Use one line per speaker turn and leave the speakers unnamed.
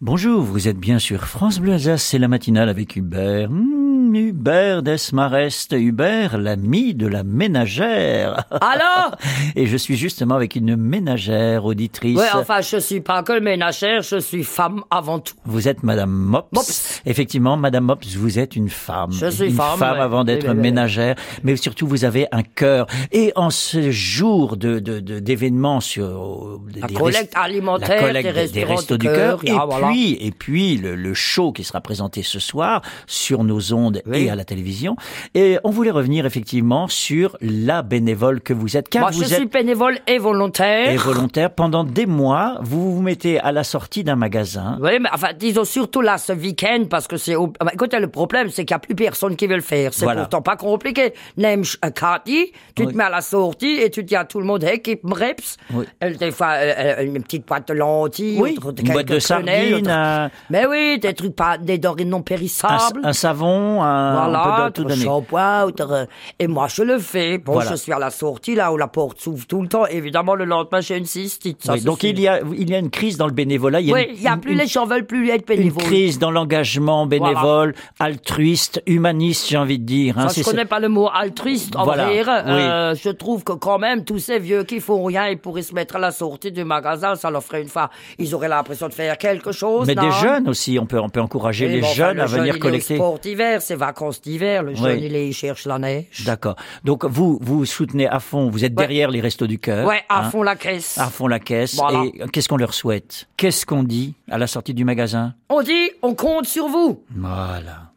Bonjour, vous êtes bien sur France Bleu Alsace, c'est la matinale avec Hubert. Hmm, Hubert d'Esmarest, Hubert, l'ami de la ménagère.
Alors
Et je suis justement avec une ménagère auditrice.
Ouais, enfin, je suis pas que ménagère, je suis femme avant tout.
Vous êtes Madame Mops.
Mops.
Effectivement, Madame Mops, vous êtes une femme.
Je suis
une
femme, ouais.
avant d'être
Oui, oui, oui.
ménagère. Mais surtout, vous avez un cœur. Et en ce jour de, de, de- d'événements sur euh,
La
des
collecte
rest-
alimentaire,
la collecte
des
des, des
restaurants
restos du
du
cœur,
cœur,
et,
ah, voilà.
puis et puis le, le show qui sera présenté ce soir sur nos ondes
Oui.
et à la télévision. Et on voulait revenir effectivement sur la bénévole que vous êtes, car
Moi,
vous
je
êtes
suis bénévole et volontaire.
et volontaire pendant des mois. Vous vous mettez à la sortie d'un magasin.
Oui, mais enfin, disons surtout là ce week-end, parce que c'est. au- Ah bah, Écoutez, le problème, c'est qu'il n'y a plus personne qui veut le faire. C'est
Voilà.
pourtant pas compliqué. Name a Cathy, tu
Oui.
te mets à la sortie et tu dis à tout le monde, hey, keep me reps.
Oui.
Elle, des fois, elle- elle- une petite boîte de lentilles,
Oui,
autre-
une boîte de
quelques quenelles,
sardines,
autre-
un-
Mais oui, des trucs pas, des denrées non
Un, s-
périssables.
un savon, un,
Voilà,
on peut de- tout
autre
donner.
shampoing, autre- Et moi, je le fais. Bon,
Voilà.
je suis à la sortie, là où la porte s'ouvre tout le temps. Évidemment, le lendemain, j'ai une cystite. ça,
Oui,
c'est
donc
sûr.
il y, a, il y a une crise dans le bénévolat. Il y a,
Oui,
une,
il y a
une-
plus,
une-
les gens veulent plus être
une
bénévoles.
crise dans l'engagement bénévole, altruiste, humaniste, j'ai envie de dire. hein.
Enfin,
C'est-
je connais pas le mot altruiste en
Voilà,
vrai. Euh, je trouve que quand même tous ces vieux qui font rien ils pourraient se mettre à la sortie du magasin, ça leur ferait une fois. Ils auraient l'impression de faire quelque chose.
Mais
non
des jeunes aussi, on peut, on peut encourager
Oui,
les
bon, enfin,
jeunes
le
à
jeune,
venir
il est au
collecter.
sport d'hiver, c'est vacances d'hiver. Le jeune, il, est, il cherche la neige.
D'accord. Donc vous, vous soutenez à fond, vous êtes derrière les restos du cœur.
Ouais, à
hein,
fond la caisse.
à fond la caisse.
Voilà.
Et qu'est-ce qu'on leur souhaite Qu'est-ce qu'on dit à la sortie du magasin
On dit, on compte sur vous.
Voilà.